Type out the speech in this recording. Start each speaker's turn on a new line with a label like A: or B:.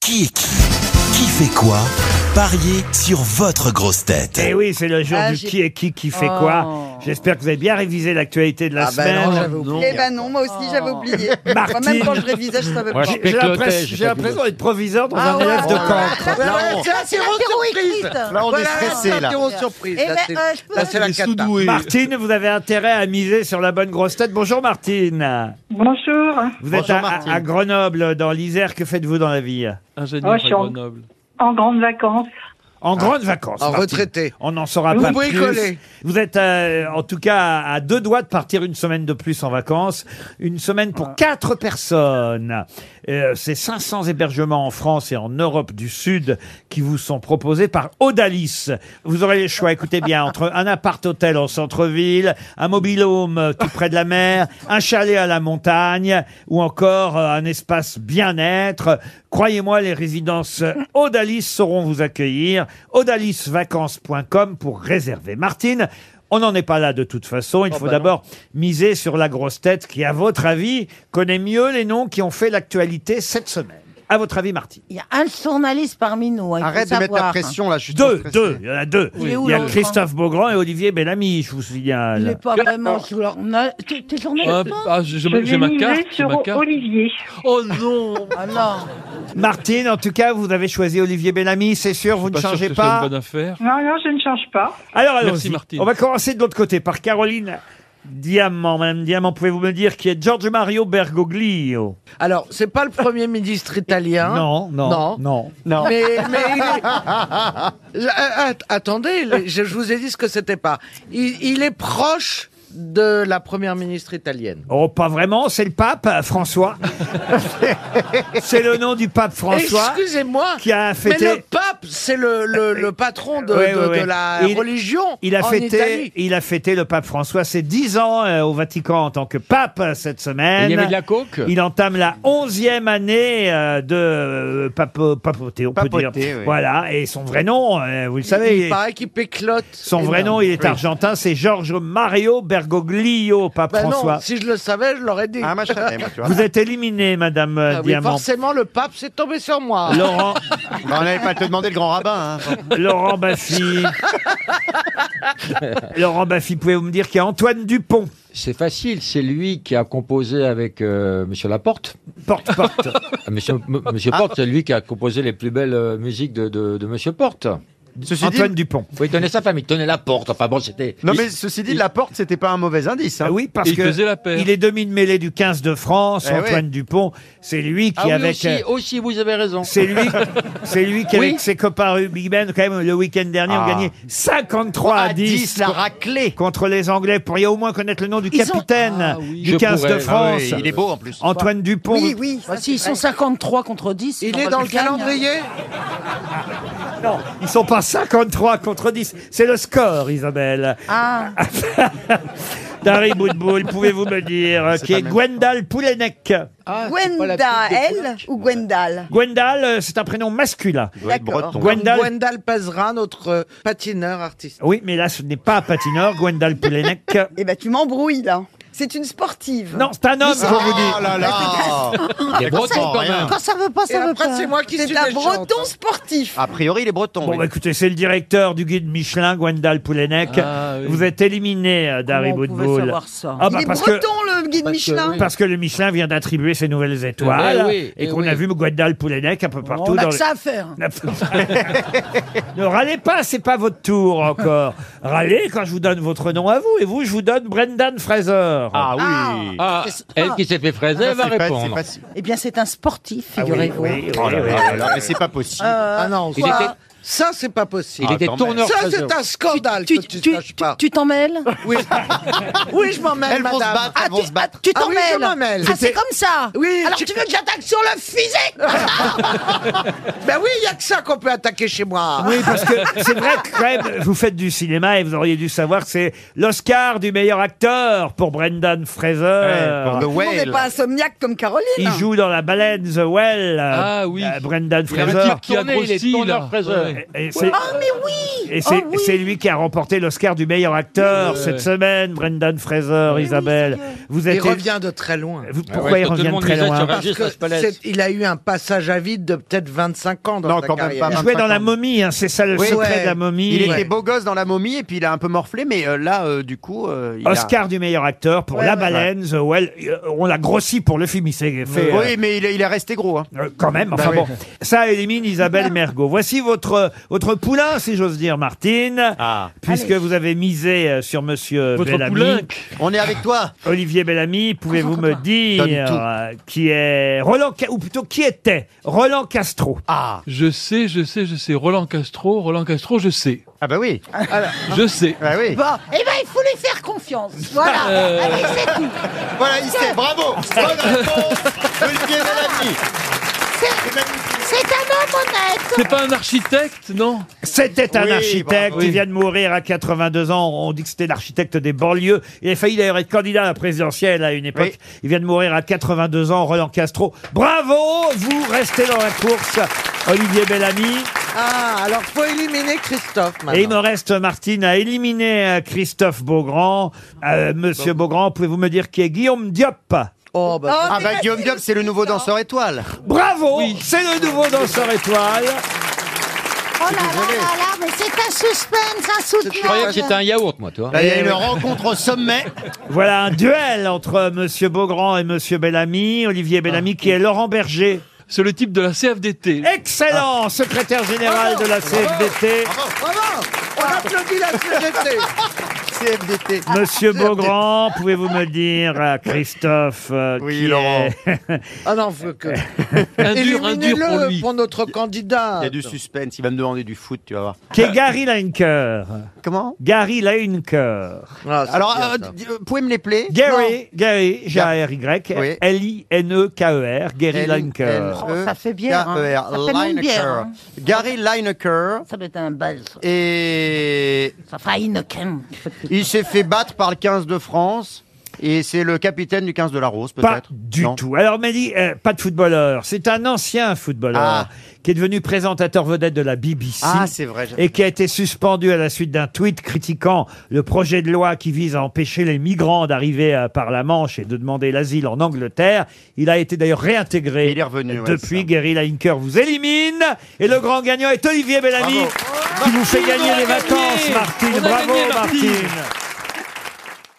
A: Qui est qui Qui fait quoi Pariez sur votre grosse tête.
B: Eh oui, c'est le jour
C: Ah,
B: du
C: j'ai-
B: qui est qui qui fait
C: Oh.
B: quoi. J'espère que vous avez bien révisé l'actualité de la
D: ben
E: Ah bah
B: semaine.
E: non, j'avais oublié.
C: Eh ben non, moi
D: Oh.
C: aussi j'avais oublié.
B: Martine.
C: Moi, même quand je révisais, je savais pas.
F: Ouais,
C: Ah,
F: je-
B: J'ai l'impression-
F: Péclotais, j'ai
B: j'ai
F: pas vu
B: l'impression d'être proviseur dans un
C: ouais.
B: élève de camp.
E: Oh là là,
C: Là,
E: c'est la zéro surprise. Là, on est Voilà,
C: là,
E: stressé,
C: là.
E: là. surprise.
C: Eh
E: Là,
C: ben,
E: c'est-
C: euh, je peux-
E: là, c'est la cata.
F: Bah,
B: Martine, vous avez intérêt à miser sur la bonne grosse tête. Bonjour Martine.
G: Bonjour.
B: Vous êtes
E: Bonjour,
B: à,
E: Martine.
B: à Grenoble, dans l'Isère. Que faites-vous dans la vie
F: Ingénieur
G: Oh, je
F: à
G: suis en-
F: Grenoble.
G: En grande vacances.
B: En grandes vacances.
E: Ah. En
B: Martine.
E: retraité.
B: On n'en saura
E: Vous
B: pas
E: pouvez
B: plus.
E: coller.
B: Vous êtes euh, en tout cas à deux doigts de partir une semaine de plus en vacances. Une semaine pour quatre personnes. Euh, C'est 500 hébergements en France et en Europe du Sud qui vous sont proposés par Odalis. Vous aurez les choix, écoutez bien, entre un appart-hôtel en centre-ville, un mobil-home euh, tout près de la mer, un chalet à la montagne ou encore euh, un espace bien-être. Croyez-moi, les résidences euh, Odalis sauront vous accueillir. Odalisvacances.com pour réserver. Martine, on n'en est pas là de toute façon. Il faut
E: bah non.
B: d'abord miser sur la grosse tête qui, à votre avis, connaît mieux les noms qui ont fait l'actualité cette semaine. À votre avis, Martine
H: Il y a un journaliste parmi nous. hein, il faut
E: Arrête de mettre
H: savoir.
E: la pression, là, je suis
B: Deux,
E: trop stressé.
B: deux, il y en a deux.
H: Il est où,
B: Il y a
H: l'autre
B: Christophe Beaugrand et Olivier Bellamy, je vous signale.
H: Il n'est pas vraiment journaliste. T'es t'es
F: Ah,
H: journaliste toi
F: ah, j'ai-
G: Je
F: j'ai
G: vais
F: ma- j'ai ma
G: miser
F: carte. j'ai
G: sur
F: ma carte.
G: Olivier.
F: Oh non
H: Ah non.
B: Martine, en tout cas, vous avez choisi Olivier Bellamy, c'est sûr, vous ne
F: Pas sûr
B: changez
F: que ce soit
B: pas.
F: une bonne affaire.
G: Non, non, je ne change pas.
B: Alors,
F: Merci,
B: allons-y.
F: Martine.
B: On va commencer de l'autre côté par Caroline Diamant. Madame Diamant, pouvez-vous me dire qui est Giorgio Mario Bergoglio
D: Alors, c'est pas le Premier ministre italien.
B: Non, non, non.
D: Hein? Non. Mais, mais il est- Je- a- a- attendez, le- je, je vous ai dit ce que c'était pas. Il, il est proche de la première ministre italienne.
B: Oh, pas vraiment, c'est le pape euh, François. c'est le nom du pape François.
D: Excusez-moi,
B: qui a
D: mais
B: fêté-
D: le pape, c'est le, le- le patron de,
B: Ouais,
D: de-
B: ouais, ouais.
D: de la
B: Il-
D: religion
B: Il a,
D: en
B: fêté,
D: Italie.
B: il a fêté le pape François ses 10 ans euh, au Vatican en tant que pape euh, cette semaine.
F: coke
B: Il entame la onzième année euh, de euh, papo- papauté, on peut
E: Papauté,
B: dire.
E: oui.
B: Voilà, et son vrai nom, euh, vous le savez,
D: il,
B: il-
D: paraît qu'il péclote.
B: son vrai nom, il est argentin, c'est Georges Mario Bergoglio, pape
D: Bah
B: François.
D: non, si je le savais, je l'aurais dit.
E: Ah, ma chérie, moi, tu vois.
B: Vous êtes éliminé, Madame euh,
D: Ah oui,
B: Diamant.
D: forcément, le pape s'est tombé sur moi.
B: Laurent,
E: Bah, on n'allait pas te demander le grand rabbin. hein.
B: Laurent Baffy. Laurent Baffy, pouvez-vous me dire qu'il y a Antoine Dupont,
I: C'est facile, c'est lui qui a composé avec euh, Monsieur Laporte.
B: porte-porte.
I: Ah, Monsieur, M- Monsieur Porte, c'est lui qui a composé les plus belles euh, musiques de, de, de Monsieur Porte.
E: Ceci dit,
B: Antoine Dupont.
I: Oui, tenez sa famille, tenez la porte. Enfin bon, c'était.
E: non, mais ceci dit, la porte, c'était pas un mauvais indice. hein.
B: Ah oui, parce
F: Il
B: que
F: faisait la paire.
B: il est demi de mêlée du 15 de France,
E: Eh oui.
B: Antoine Dupont. C'est lui qui,
I: Ah oui,
B: avec. euh,
I: aussi, aussi, vous avez raison.
B: C'est lui, c'est lui qui, avec ses copains rugbymen, quand même, le week-end dernier, ont
E: Ah.
B: gagné 53 à
D: Ah,
B: 10
E: la raclée.
B: contre les Anglais. Vous pourriez au moins connaître le nom du capitaine
I: Ah oui,
B: du
I: je
B: 15 de
I: pourrais.
E: Ah
B: France.
E: oui, il est beau en plus.
B: Antoine Dupont.
C: Oui, oui. ça,
H: Bah, S'ils
C: c'est
H: sont
C: vrai.
H: 53 contre 10.
D: Il
H: on
D: est
H: va
D: dans le
H: qu'il gagne.
D: calendrier
B: Non, ils sont pas 53 contre 10. C'est le score, Isabelle.
H: Ah,
B: Dari Boudboul, pouvez-vous me dire euh, qui
E: pas
B: est
E: même.
B: Gwendal Poulenec
D: Ah, c'est pas la petite des
C: Gwendael ou Gwendal
B: Gwendal, euh, c'est un prénom masculin.
E: Il doit être
C: D'accord.
E: breton.
B: Gwendal-
D: Gwendal, Pazra, notre euh, patineur artiste.
B: Oui, mais là, ce n'est pas un patineur, Gwendal Poulenec.
C: Eh ben, tu m'embrouilles, là. C'est une sportive.
B: Non, c'est un homme, Ah, je vous dis.
E: Oh là là
I: Il est breton,
E: comprend rien.
H: quand ça veut pas,
D: Et
H: ça veut
D: après,
H: pas.
D: c'est moi qui
C: C'est
D: suis
C: un
D: méchante.
C: breton sportif.
E: A priori, il est breton.
B: Bon,
E: oui.
B: bah, écoutez, c'est le directeur du guide Michelin, Gwendal Poulenec.
F: Ah, oui.
B: Vous êtes éliminé, euh, Dari
H: Comment on pouvait
B: Boudboul.
H: savoir ça
B: Ah, bah,
C: il est
B: parce,
C: breton,
B: que,
C: le guide
I: parce que,
C: Michelin.
I: oui.
B: parce que le Michelin vient d'attribuer ses nouvelles étoiles.
I: Eh oui,
B: et
I: eh
B: qu'on
I: oui.
B: a vu Gwendal Poulenec un peu partout
H: On a
B: dans
H: que
B: le-
H: ça à faire.
B: ne râlez pas, c'est pas votre tour encore. Râlez quand je vous donne votre nom à vous. Et vous, je vous donne Brendan Fraser.
E: Ah oui
I: Ah, elle qui s'est fait fraiser, elle va
E: C'est pas- c'est
I: répondre.
E: pas si-
H: Eh bien, c'est un sportif,
B: Ah oui,
H: figurez-vous.
B: oui, oui,
E: Oh là
B: oui.
E: là là là, mais c'est pas possible. Ah,
D: Ah non,
I: Il
D: ça,
I: était-
D: ça, c'est pas possible.
I: Il était
E: quand même.
I: tourneur.
D: ça,
I: fraiser.
D: c'est un scandale
H: Tu
D: que tu,
H: tu-
D: saches pas. Ah,
H: tu t'en mêles
D: Oui. oui, je m'en mêle,
E: Elles vont se
D: madame.
E: battre,
D: Ah,
E: elles vont se battre.
H: Tu
D: Ah
H: t'en
D: oui, je m'en mêle.
H: mêles Ah, c'est
D: C'était-
H: comme ça
D: Oui,
H: Alors
D: tu-
H: tu veux que j'attaque sur le physique
D: Ben oui, il y a que ça qu'on peut attaquer chez moi.
B: Oui, parce que c'est vrai que quand même, vous faites du cinéma et vous auriez dû savoir que c'est l'Oscar du meilleur acteur pour Brendan Fraser.
E: Ouais, pour The
C: Tout le monde n'est
E: Whale.
C: pas insomniaque comme Caroline.
B: Il joue dans la baleine The Well. euh,
F: Ah oui.
B: euh, Brendan
F: Il y a un
B: Fraser.
F: type qui a
I: Tourné, il est
F: grossi,
I: tourneur
F: là.
I: fraiser.
F: Ouais.
I: oui.
B: Et- et Eh, c'est-
H: Oh, mais oui
B: Et c'est
H: Oh, oui.
B: c'est lui qui a remporté l'Oscar du meilleur acteur
I: Oui, oui,
B: cette
I: oui.
B: semaine, Brendan Fraser, Isabelle. Vous êtes
D: Il revient de très loin.
B: vous-
I: Ah
B: pourquoi
I: ouais,
B: il
I: parce que
B: revient
I: tout le
B: de
I: monde
B: très
I: disait qu'il
B: loin
I: revient.
D: Parce
I: Régis
D: que
I: Laspalès.
D: c'est- il a eu un passage à vide de peut-être 25 ans dans
E: Non,
D: sa
E: quand même
D: carrière.
B: Il
E: pas.
B: jouait dans la momie, hein, c'est ça le
E: Oui,
B: secret
D: ouais.
B: de la momie.
E: Il
D: Ouais.
E: était beau gosse dans la momie et puis il a un peu morflé, mais euh, là, euh, du coup, euh, il a-
B: Oscar du meilleur acteur pour
D: Ouais,
B: La
D: ouais.
B: Baleine, The Well. Euh, On l'a grossi pour le film, il s'est fait. euh,
E: Oui, mais il est, il est resté gros. hein.
B: euh, quand même, enfin
E: Bah
B: bon. Ça élimine Isabelle Mergot. Voici votre, euh, votre poulain, si j'ose dire, Martine. Puisque vous avez misé euh, sur Monsieur
I: Ah. Votre
B: Bellamy.
I: poulain.
E: On est avec toi.
B: Olivier Bellamy, pouvez-vous me dire
E: Donne tout.
B: euh, qui est Roland, Ca- ou plutôt qui était Roland Castro
E: Ah,
F: Je sais, je sais, je sais. Roland Castro, Roland Castro, je sais.
E: ah bah oui.
F: Je sais.
E: Bah oui.
H: Bon, eh ben, il faut lui faire confiance. Voilà. Allez, c'est tout.
E: Voilà, il sait. Bravo. Bonne réponse. Olivier Bellamy.
H: C'est- C'est un homme honnête.
F: C'est pas un architecte, non
B: C'était un
E: Oui,
B: architecte,
E: bravo.
B: il vient de mourir à 82 ans, on dit que c'était l'architecte des banlieues, il a failli d'ailleurs être candidat à la présidentielle à une époque, il vient de mourir à 82 ans, Roland Castro. Bravo, vous restez dans la course, Olivier Bellamy.
D: Ah, alors faut éliminer Christophe
E: Ah
D: maintenant.
B: Et il me reste, Martine, à éliminer euh, Christophe Beaugrand. Euh, Monsieur Beaugrand, pouvez-vous me dire qui est Guillaume Diop
D: Oh, bah,
C: Oh,
E: Ah
C: mais
E: bah
C: vas-y,
E: Guillaume Diop, c'est le nouveau danseur étoile.
B: Bravo, c'est le nouveau danseur étoile.
H: Oh là là là là, mais c'est un suspense
I: Je croyais que
H: insoutenable.
I: c'était un yaourt, moi, Eh, toi.
E: Là, il y a une rencontre au sommet.
B: Voilà un duel entre Monsieur Beaugrand et Monsieur Bellamy, Olivier Bellamy qui est Laurent Berger.
F: C'est le type de la CFDT.
B: Excellent secrétaire général de la CFDT,
D: bravo bah. On applaudit la CGT
E: CFDT.
B: Monsieur Beaugrand, pouvez-vous me dire, euh, Christophe, euh,
E: Oui,
B: qui
E: Laurent.
B: est-
D: Ah non, faut que...
F: Un dur, un dur pour
D: Éliminez-le
F: lui.
D: pour, notre candidat
E: Il y a du suspense. Il va me demander du foot, tu vas voir.
B: qui est Gary Lineker
E: Comment
B: Gary Lineker.
D: Ah, c'est
E: Alors,
D: bien,
E: euh,
D: ça.
E: d- euh, pouvez me les plaît
B: Gary, Gary, G-A-R-Y,
E: Oui.
B: E L-I-N-E-K-E-R, Gary
E: E
B: Lineker.
H: Oh, ça fait bière, hein. Ça fait moins de bière, hein.
E: Gary Lineker.
H: Ça doit être un bal, ça.
E: Et
H: Ça fera Heineken.
E: il s'est fait battre par le 15 de France. Et c'est le capitaine du 15 de la Rose,
B: Pas
E: peut-être
B: du
E: Non.
B: tout. Alors, Mélie, euh, pas de footballeur. C'est un ancien footballeur
E: Ah.
B: qui est devenu présentateur vedette de la BBC.
E: Ah, c'est vrai. j'ai-
B: et qui a été suspendu à la suite d'un tweet critiquant le projet de loi qui vise à empêcher les migrants d'arriver euh, par la Manche et de demander l'asile en Angleterre. Il a été d'ailleurs réintégré
E: Il est revenu, ouais,
B: depuis.
E: c'est ça.
B: Gary Lineker vous élimine. Et le grand gagnant est Olivier Bellamy
E: Bravo.
B: qui vous fait
F: Martine,
B: gagner
F: on a
B: les
F: gagné.
B: vacances, Martine.
F: On a
B: Bravo,
F: gagné,
B: Martine.
F: Martine.